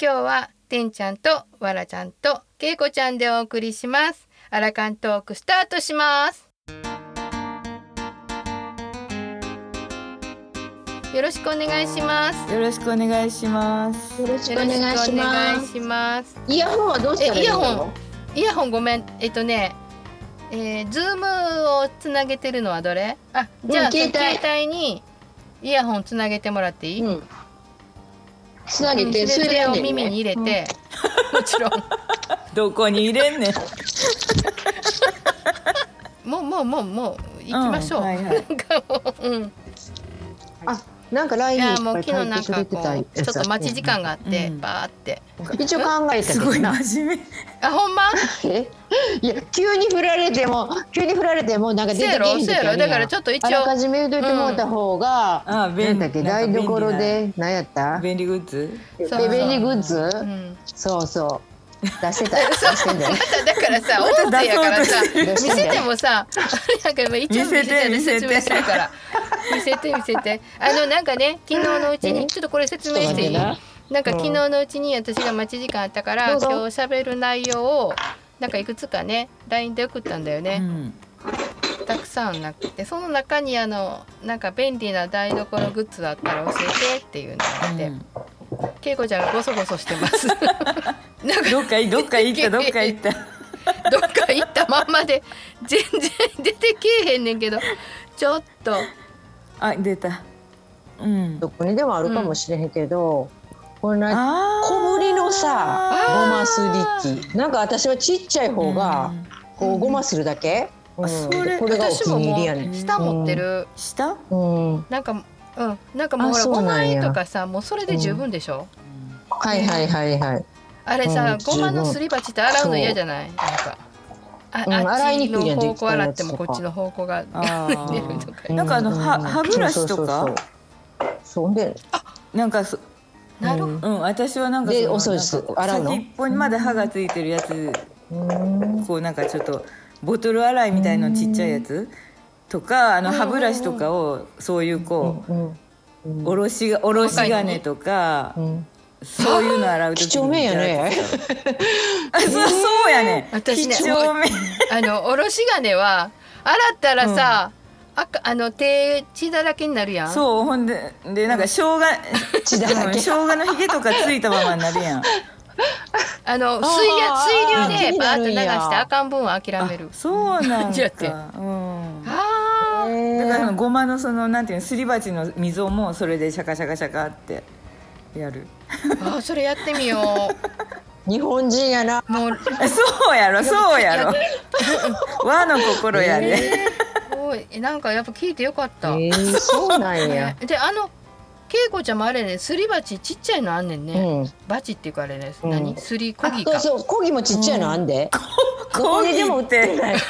今日はてんちゃんとわらちゃんとけいこちゃんでお送りしますアラカントークスタートしますよろしくお願いしますよろしくお願いします。よろしくお願いしよろくお願まいす。しますイヤホンはどうしたらいえイいの？ヤホンイヤホンごめんえっとねえー、ズームをつなげてるのはどれあじゃあ、うん携帯その携帯にイヤホンつなげてもらっていい、うん。つなげでて、それやをんねんね耳に入れて、もちろんどこに入れんねん。もうもうもうもう行きましょう、うんはいはいなんかもう、うん、あ、なんかい LINE にやいっもぱうい昨日書ないんてくかれてこたやうちょっつあとて待ち時間があって、うんバーって一応考えたけすどご いな。真面目。あほんまえいや急に振られても急に振られてもなんかそ出うてやけろへんそう時やあろるだやんからちょっと一あらか応じめ言うといてもうた方が、あ便利なんだっけなんか台便利な所で何やった便利グッズ。でそうそう便利グッズ、うんそうそう出してた 出してんだよまただからさま音た声出やそうからとさしてる見せてもさ なんか今一応見せて見せて説明するから見せて見せてあのなんかね昨日のうちにえちょっとこれ説明していいちょっと待っなんか昨日のうちに私が待ち時間あったからど今う日ぞ喋る内容をなんかいくつかね LINE で送ったんだようね、ん。たくさんなくてその中にあのなんか便利な台所グッズあったら教えてっていうのがあって、うんけいこちゃんがゴソゴソしてます なんかどっかいどっ か行ったどっか行った。どっか行ったまんまで全然出てけえへんねんけどちょっとあ出た。うん。どこにでもあるかもしれへんけど、こんなあー小ぶりのさあーごますり器なんか私はちっちゃい方うがんこうごまするだけ、うんあそれこれがお私気もに入もりやねんう下持ってる、下？うん、はなんかうんなんかもうほあらそう5なん枚やとかさもうそれで十分でしょ、いはいはいはい、あれさ、うんごまの十分すり鉢って洗うの嫌じゃないなんかあ,、うんあ洗っいちにくいのやん方向洗ってもできたやつとかこっちの方向があ出ると ーかなんかあのは歯ブラシとかそうそうそうそうでなんかそなるほうどんうん私はなんかでそのお掃除すなるんかこう洗うの先っぽにまで歯がついてるやつうんこうなんかちょっとボトル洗いみたいのちっちゃいやつとかあのうん歯ブラシとかをそういうこうんううんおろしがおろし金とかうんそういうの洗う時に几帳面やねあ そうそうやね私ね几帳面あのおろし金は洗ったらさ、赤あの手血だらけになるやんそうほんででなんか生姜血だらうん け生姜のひげとかついたままになるやんあの水やあー水流気でにバーなッとる流んやしてあかん分は諦あめるそうなんじゃかってうんあえだからそーのごまのそのなんていうのすり鉢の溝もそれでシャカシャカシャカってやる ーあーそれやってみよ日本人やなう もうえそうやろそうやろ和の心やで、おいなんかやっぱ聞いてよかっえた、ーそうなんやねであのけいこちゃんもあれねすり鉢ちっちゃいのあんねんうね、んバチっていうかあれね、うん何すりこあぎそかうそうコギもちっちゃいのあんでどここうにでも売ってないめ売っっち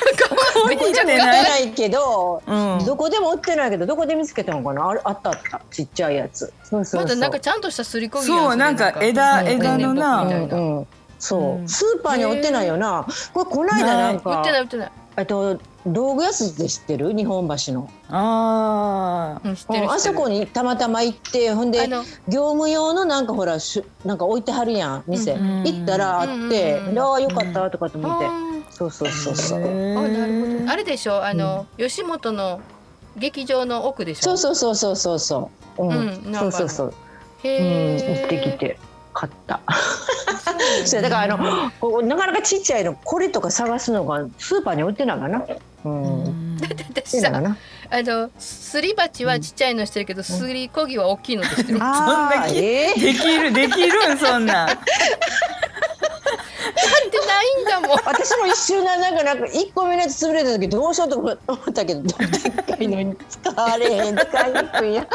ゃこぎっててなかいないけどうんどこでも売ってないけどどこで見つけたのかなあれあったあったちっちゃいやつそうそうそうまたなんかちゃんとしたすりこぎやそうなんか枝うん枝のな、ううんんうんそう、うんスーパーには売ってないよなこれこないだなん売かってない売ってない、えっと道具屋筋で知ってる日本橋のあうん、知ってるうんあそこににたまたま行ってほんあでの業務用のなんかほらしゅなんか置いてはるやん店、うんうん行ったらあって、うんうんうんでああよかったとかと思って、あそうそうそうーそう、ーあなるほどあれれでしょあの、吉本の劇場の奥でしょそうそうそうそうそうそうううん、んそうそうそううんへえ、行ってきて買ったそうなんやそれ だからあのこうなかなかちっちゃいのこれとか探すのがスーパーに売ってないかなうん、売っ私てないさかなあのすり鉢はちっちゃいのしてるけど、すりこぎは大きいのとしてる。あそんなーきえーできるできるん そんなん入ってないん だもん。私も一瞬ななんかなんか一個目のやつ潰れた時どうしようと思ったけどでっかいのに使われへん使いにくいや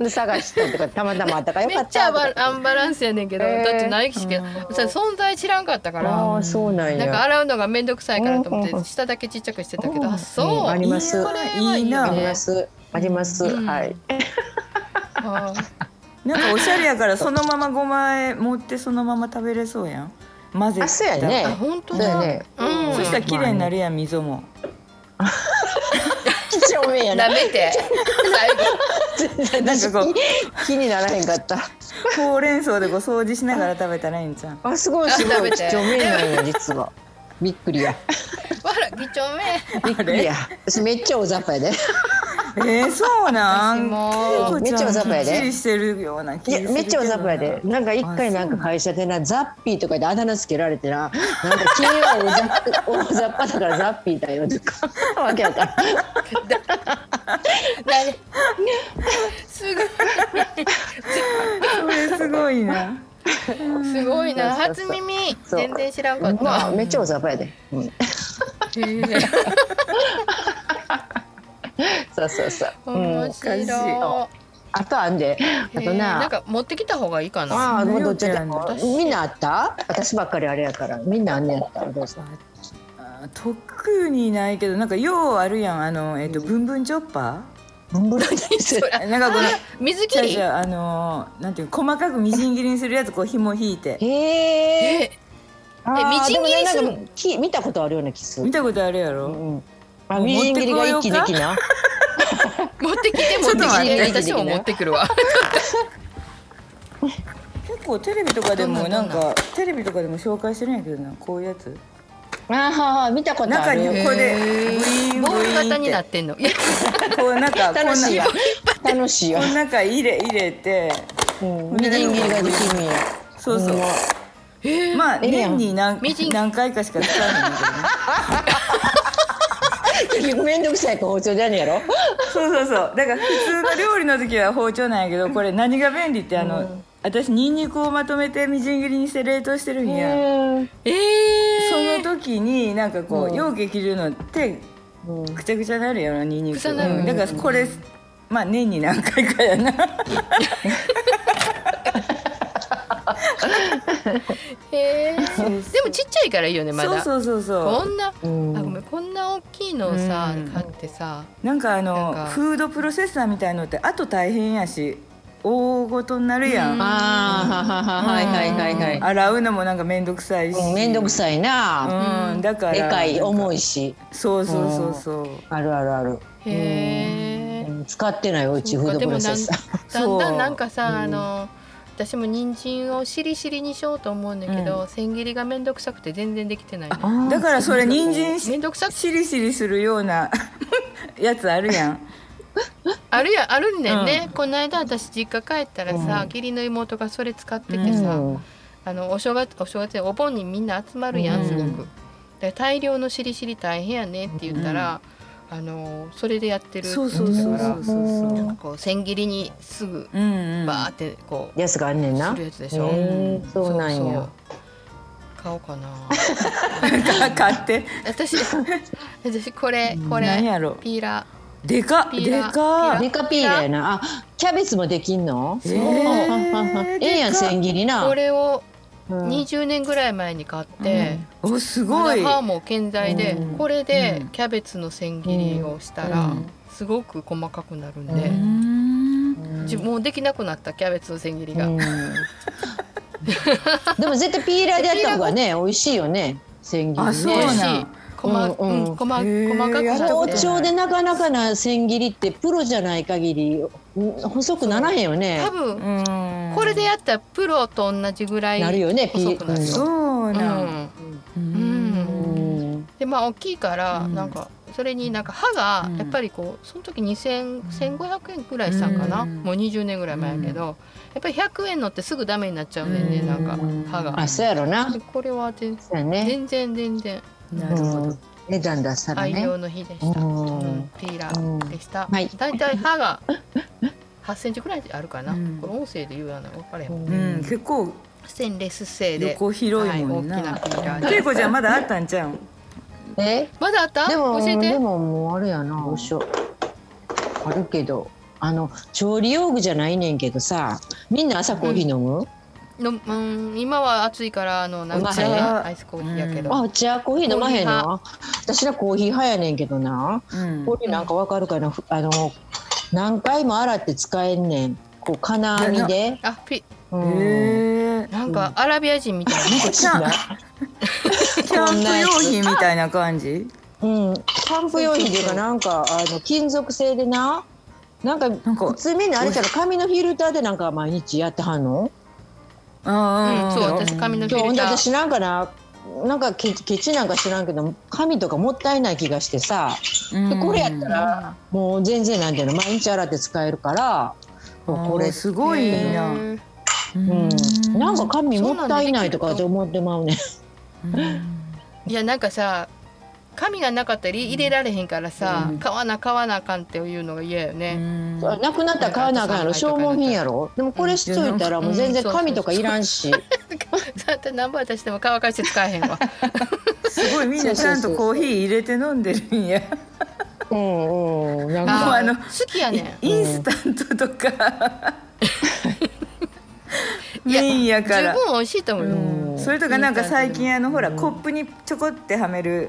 で探してとかたまたまあったからよめかっっちゃたアとかバアンバランスやねんけど、えーだってないしけど、うんさ存在知らんかったから、ああそうなんなんかや洗うのが面倒くさいからと思っうんうんうてん下だけちっちゃくしてたけうど、んあそう。うんありまいすいこれなはいいいいよあなりねますあります、うんはい あなんかおしゃれやからそのままごまえ持ってそのまま食べれそうやん混ぜあそうやーあね本当そうやだ。ねうんそしたら綺麗になるやん溝もきち正面やな。舐めて最後全然なんかこう 気気にならへんかった。ほうれん草でご掃除しながら食べたらいいんじ ゃんあすごいあすごい食べ几て帳面なんや実は。びっ くりや。わら几帳 面びっくりや。私めっちゃ大雑把やで。えー、そうなん私も恵子ちゃんめっちゃお雑把やできっちりしてるような気いがやするめっちゃお雑把やでなんか一回なんかい会社でなザッピーとかであだ名つけられてななんか君はお雑大雑把だからザッピーだよとかわけわからん何すごいそれすごいなすごいなそうそうそう初耳そう全然知らんかっまたあめっちゃお雑把やで、うん、へ えそうそうそう、う面白いん、おかしいあとあんであへとえな,、なんか持ってきた方がいいかなああもうどっちで迷うもけどねみんなあった私ばっかりあれやからみんなあんねやったどうぞあ特にないけどなんかようあるやんあのえっ、とブンブンチョッパブンブン何するーなんかこの水じ切ゃありじゃああのーなんていうの細かくみじん切りにするやつこう紐引いて へええみじん切りするなんかき見たことあるような気す見る、たことあるやうろん、あみじん切りが一気できな持ってきて持 ちょっっとてき待ってて私も持ってくるわ結構テレビとかでどもんななんんどんなかテレビとかでも紹介してるんやけどなこういうやつああ見たことあ中にる。これでへグイーーングイーンってボール型になってんのいやこうなんかこんな楽しいわこ。楽しいわ。ん中入れ入れてうんみじん切りができんねや。そうそう、んまあええやん年に何みじん何回かしか使わないんだけどね結局めんどくさいから包丁じゃねえやろ。そうそうそうだから普通の料理の時は包丁なんやけどこれ何が便利ってあの、私ニンニクをまとめてみじん切りにして冷凍してるんや、えそえの時になんかこう、うん容器切るの手うんぐちゃぐちゃになるよなニンニクぐちゃなるうんだからこれまあ年に何回かやなへーそうそうでもちっちゃいからいいよねまそうだそうそうこそんなあうんごめんこんな大きいのをさうん買ってさうなんかあのなんかフードプロセッサーみたいのってあと大変やし大ごとになるやん、うんああはいはいはいはいは洗うのもなんか面倒くさいし、い。めんどくさいな。い、うん、だからでかい重いいし。そうそうそうそうあるあるある。へえうん使ってないようちそうフかードでプもロなセんッサだんだそんうなんかさあの私も人参をしりしりにしようと思うんだけど千切りがめんどくさくて全然できてないのー。だからそれ人めん参どくさくしりしりするような やつあるやんあるやあるんだよね、この間私実家帰ったらさ、うん義理の妹がそれ使ってうてんさ、あのお正月お正月でお盆にみんな集まるやんすごく、うんで大量のしりしり大変やねって言ったら、あのそれでやってるそうそうそうそうそうそうなんかこう千切りにすぐうんうんバーってこう、やつがあんねんなする。やつでしょ、へーそうなんや。そう買おう かな買って私私これこ何れやろピーラでかっピでーラかっデカピーだよな。あキャベツもできんの？そうええやん千切りーな。これをうん20年ぐらい前に買って、おすごまいだ歯も健在で、うんこれでうんキャベツの千切りをしたら、うんすごく細かくなるんで、ううん自もうできなくなったキャベツの千切りが、うん でも絶対ピーラーでやった方がね美味しいよね千切ありそう美ね味しないん細,、ううんんうん細へー細かくやったなこっ包てとない丁でなかなかな千切りってプロじゃない限りうん細くならへんよね多分、うんこれでやったらプロと同じぐらいなるよねピ細くなるーよ、そううなんん、ううんんでまあ大きいから、うんなんかそれになんか歯がうんやっぱりこうその時20001500円ぐらいしたんかな、うんもう20年ぐらい前やけど、やっぱり100円のってすぐダメになっちゃうんだよね、うんなんか歯があそうやろなでこれは全そうやね全然全然なうるほどん値段出したら愛ね用の日でした、うんうんピーラーでした、うんはいだいたい歯が8センチくらいあるかな、うんこれ音声で言うやな分からへん、うんうん結構ステンレス製で横広いもんはい、大なきなピーラー恵で子ちゃんまだあったんちゃうんえまだあったでも教えてでももうあれやなおしょあるけどあの調理用具じゃないねんけどさみんな朝コーヒー飲む、のうん今は暑いからあのなんかうまいねねアイスコーヒーやけど、あじゃあコーヒー飲まへんの私らコーヒー派やねんけどなうんこれなんかわかるかな、ふあの何回も洗って使えんねんこう金網で、あピうんへえなんかアラビア人みたい な、キャンキャンプ用品みたいな感じうん、キャンプ用品っていうかなんかあの金属製でななんかなんか普通みんなあれじゃん髪のフィルターでなんか毎日やってはんのあうん、あそう私髪のフ今ィ日ほルんでター私なんかななんかケケチなんか知らんけど髪とかもったいない気がしてさでこれやったらもう全然なんていうの毎日洗って使えるからもうここれれ、すごいな、へーうん、なんか髪そもうなっんだたいないとかって思ってまうねうんいやなんかさ髪がなかったり入れられへんからさ、うん買わな買わなあかんっていうのが嫌よね、うん なくなったら買わなあかんやろ消耗品やろでもこれしといたらもう全然髪とかいらんしだって何倍出しても乾かして使えへんわすごいみんなちゃんとコーヒー入れて飲んでるんやうんうんなんーもうかあの好きやねんインスタントとか、いやメインやから十分美味しいと思うよ、うんそれとかなんか最近あのほらうんコップにちょこってはめる、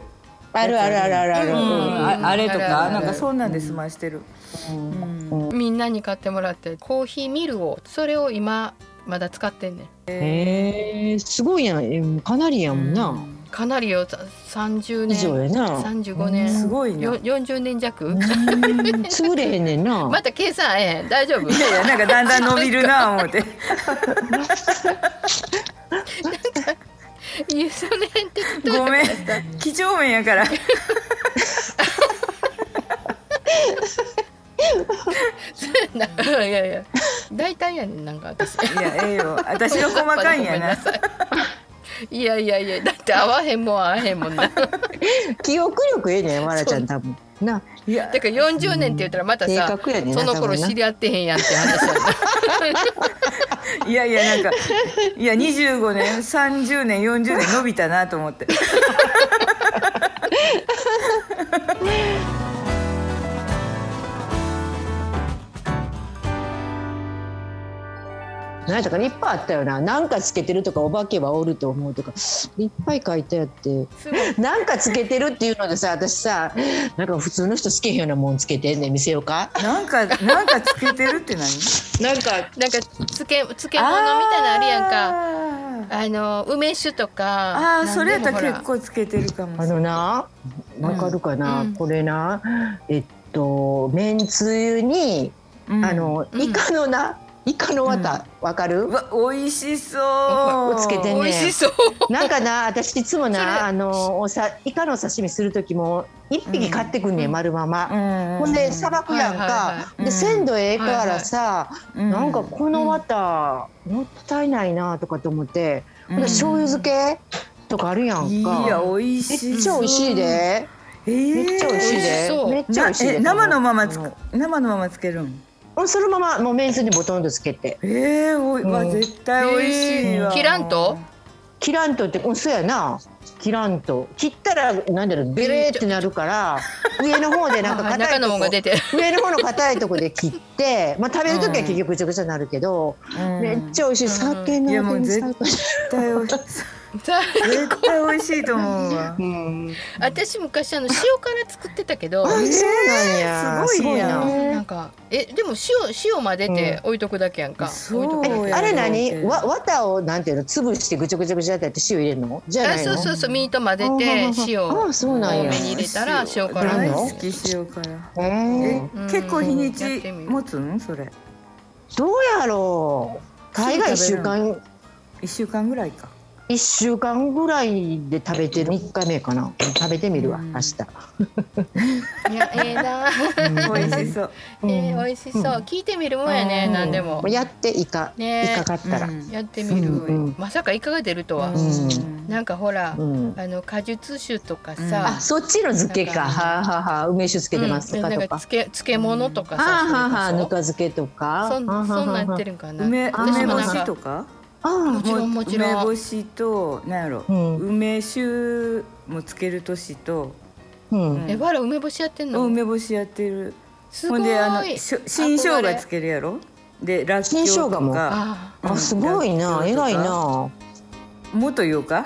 あるあるあるあるあるううんんああれとあるあかるなんかそんなんで済ましてる、うんみんなに買ってもらってコーヒーミルをそれを今まだ使ってんねんへえすごいやんえかなりやもんなかなりよさ30以上年やな35年すごいなよ40年弱潰れへんねん なまた計算合えへん大丈夫なんいやいやなんかだんだん伸びるな 思ってかいやその辺ってごめん几帳面やからないやいや大体やねんなんか私いやええよ私が細かいんやなないやいやいやだって合わへんもん合わへんもんなだか記憶力ええねんわらちゃん多分ないやら40年って言ったらまた性さ格やねんなその頃知り合ってへんやんって話やいやいやなんかいや25年30年40年伸びたなと思って何だからいっぱいあったよななんかつけてるとかお化けはおると思うとかいっぱい書いてあってすごいなんかつけてるっていうのでさ私さなんか普通の人つけへんようなもんつけてんねん見せようかなんかなんかつけてるって何なんかなんかつけ漬物みたいなのあるやんかかあの梅酒とかあーそれやったらなんでも結ほ構つけてるかもしあれないのなわかるかな、うんこれなえっとめんつゆに、うんあのうんイカのなイカの綿わ、かるうわ美味しそうつけてんの美味しそうなんかな私いつもそれなあのおさイカの刺身する時も一匹買ってくんねん、うん丸まうま、んほんでさばくやんか、はいはいはいうでん鮮度ええからさ、うんなんかこの綿、もったいないなとかと思って、うほんでん醤油漬けとかあるやいんかや美味めっしいちゃ美味しいで、えーめっちゃ美味しい美で味しそうめっちゃ美味しいなでえ生のままつうくん生のままつけるんうんそのままもう麺つゆにボトンとつけてえー、おい、うんわ絶対美味しいわ、えー切らんと切らんとってうんそうやな切らんと切ったらなんだろうベレーってな るから上の方でなんかあー硬中いとのもんが出こてる 上の方の硬いとこで切って、まあ、食べる時は結局ぐちゃぐちゃになるけど、うんめっちゃ美味しい酒い飲やんもでうみ絶最高対美味しい絶対美味しいと思う わうん私昔あの塩辛作ってたけどあそうなんえやーすすごごいいやんな。なんかえでも塩塩混ぜて置いとくだけやんか、そう置いとくだけえあれ何うんわ綿をなんていうの潰してぐちゃぐちゃぐちゃってやって塩入れるのじゃあないのそうそうそうミート混ぜあてー塩あーそうなん多やめに入れたら塩辛大な好のき塩辛へえーうん結構日にやっちてみる持つんそれどうやろう大概1週間一週間ぐらいか一週間ぐらいで食べてる3日目かな食べてみるわうん 明日いやええな、美味しそううんえー、美味しそう、聞いてみるもんやね、うんなん、何でもやってイカねえイカ買ったらうんやってみる、うんうんまさかイカが出るとは、んなんかほら、うんあの果実酒とかうんさあ、そっちの漬けなかんかはあはあはあ梅酒漬けてますとうんかなんかとか漬け漬物とかあさ、はあはあそれぬこそか漬けとかそんあはあはあそんなんやってるんかな梅私梅も干なんしとかかもあちろんもちろん梅干しとなんやろ、うん梅酒もつける年と、あうんうんえわら梅干しやってんの、梅干しやってるすごいほんであのしょ新生姜つけけるやろでらっきょう新と生姜もかあうあんすごいらっなきょうとか偉いなもっと言おうか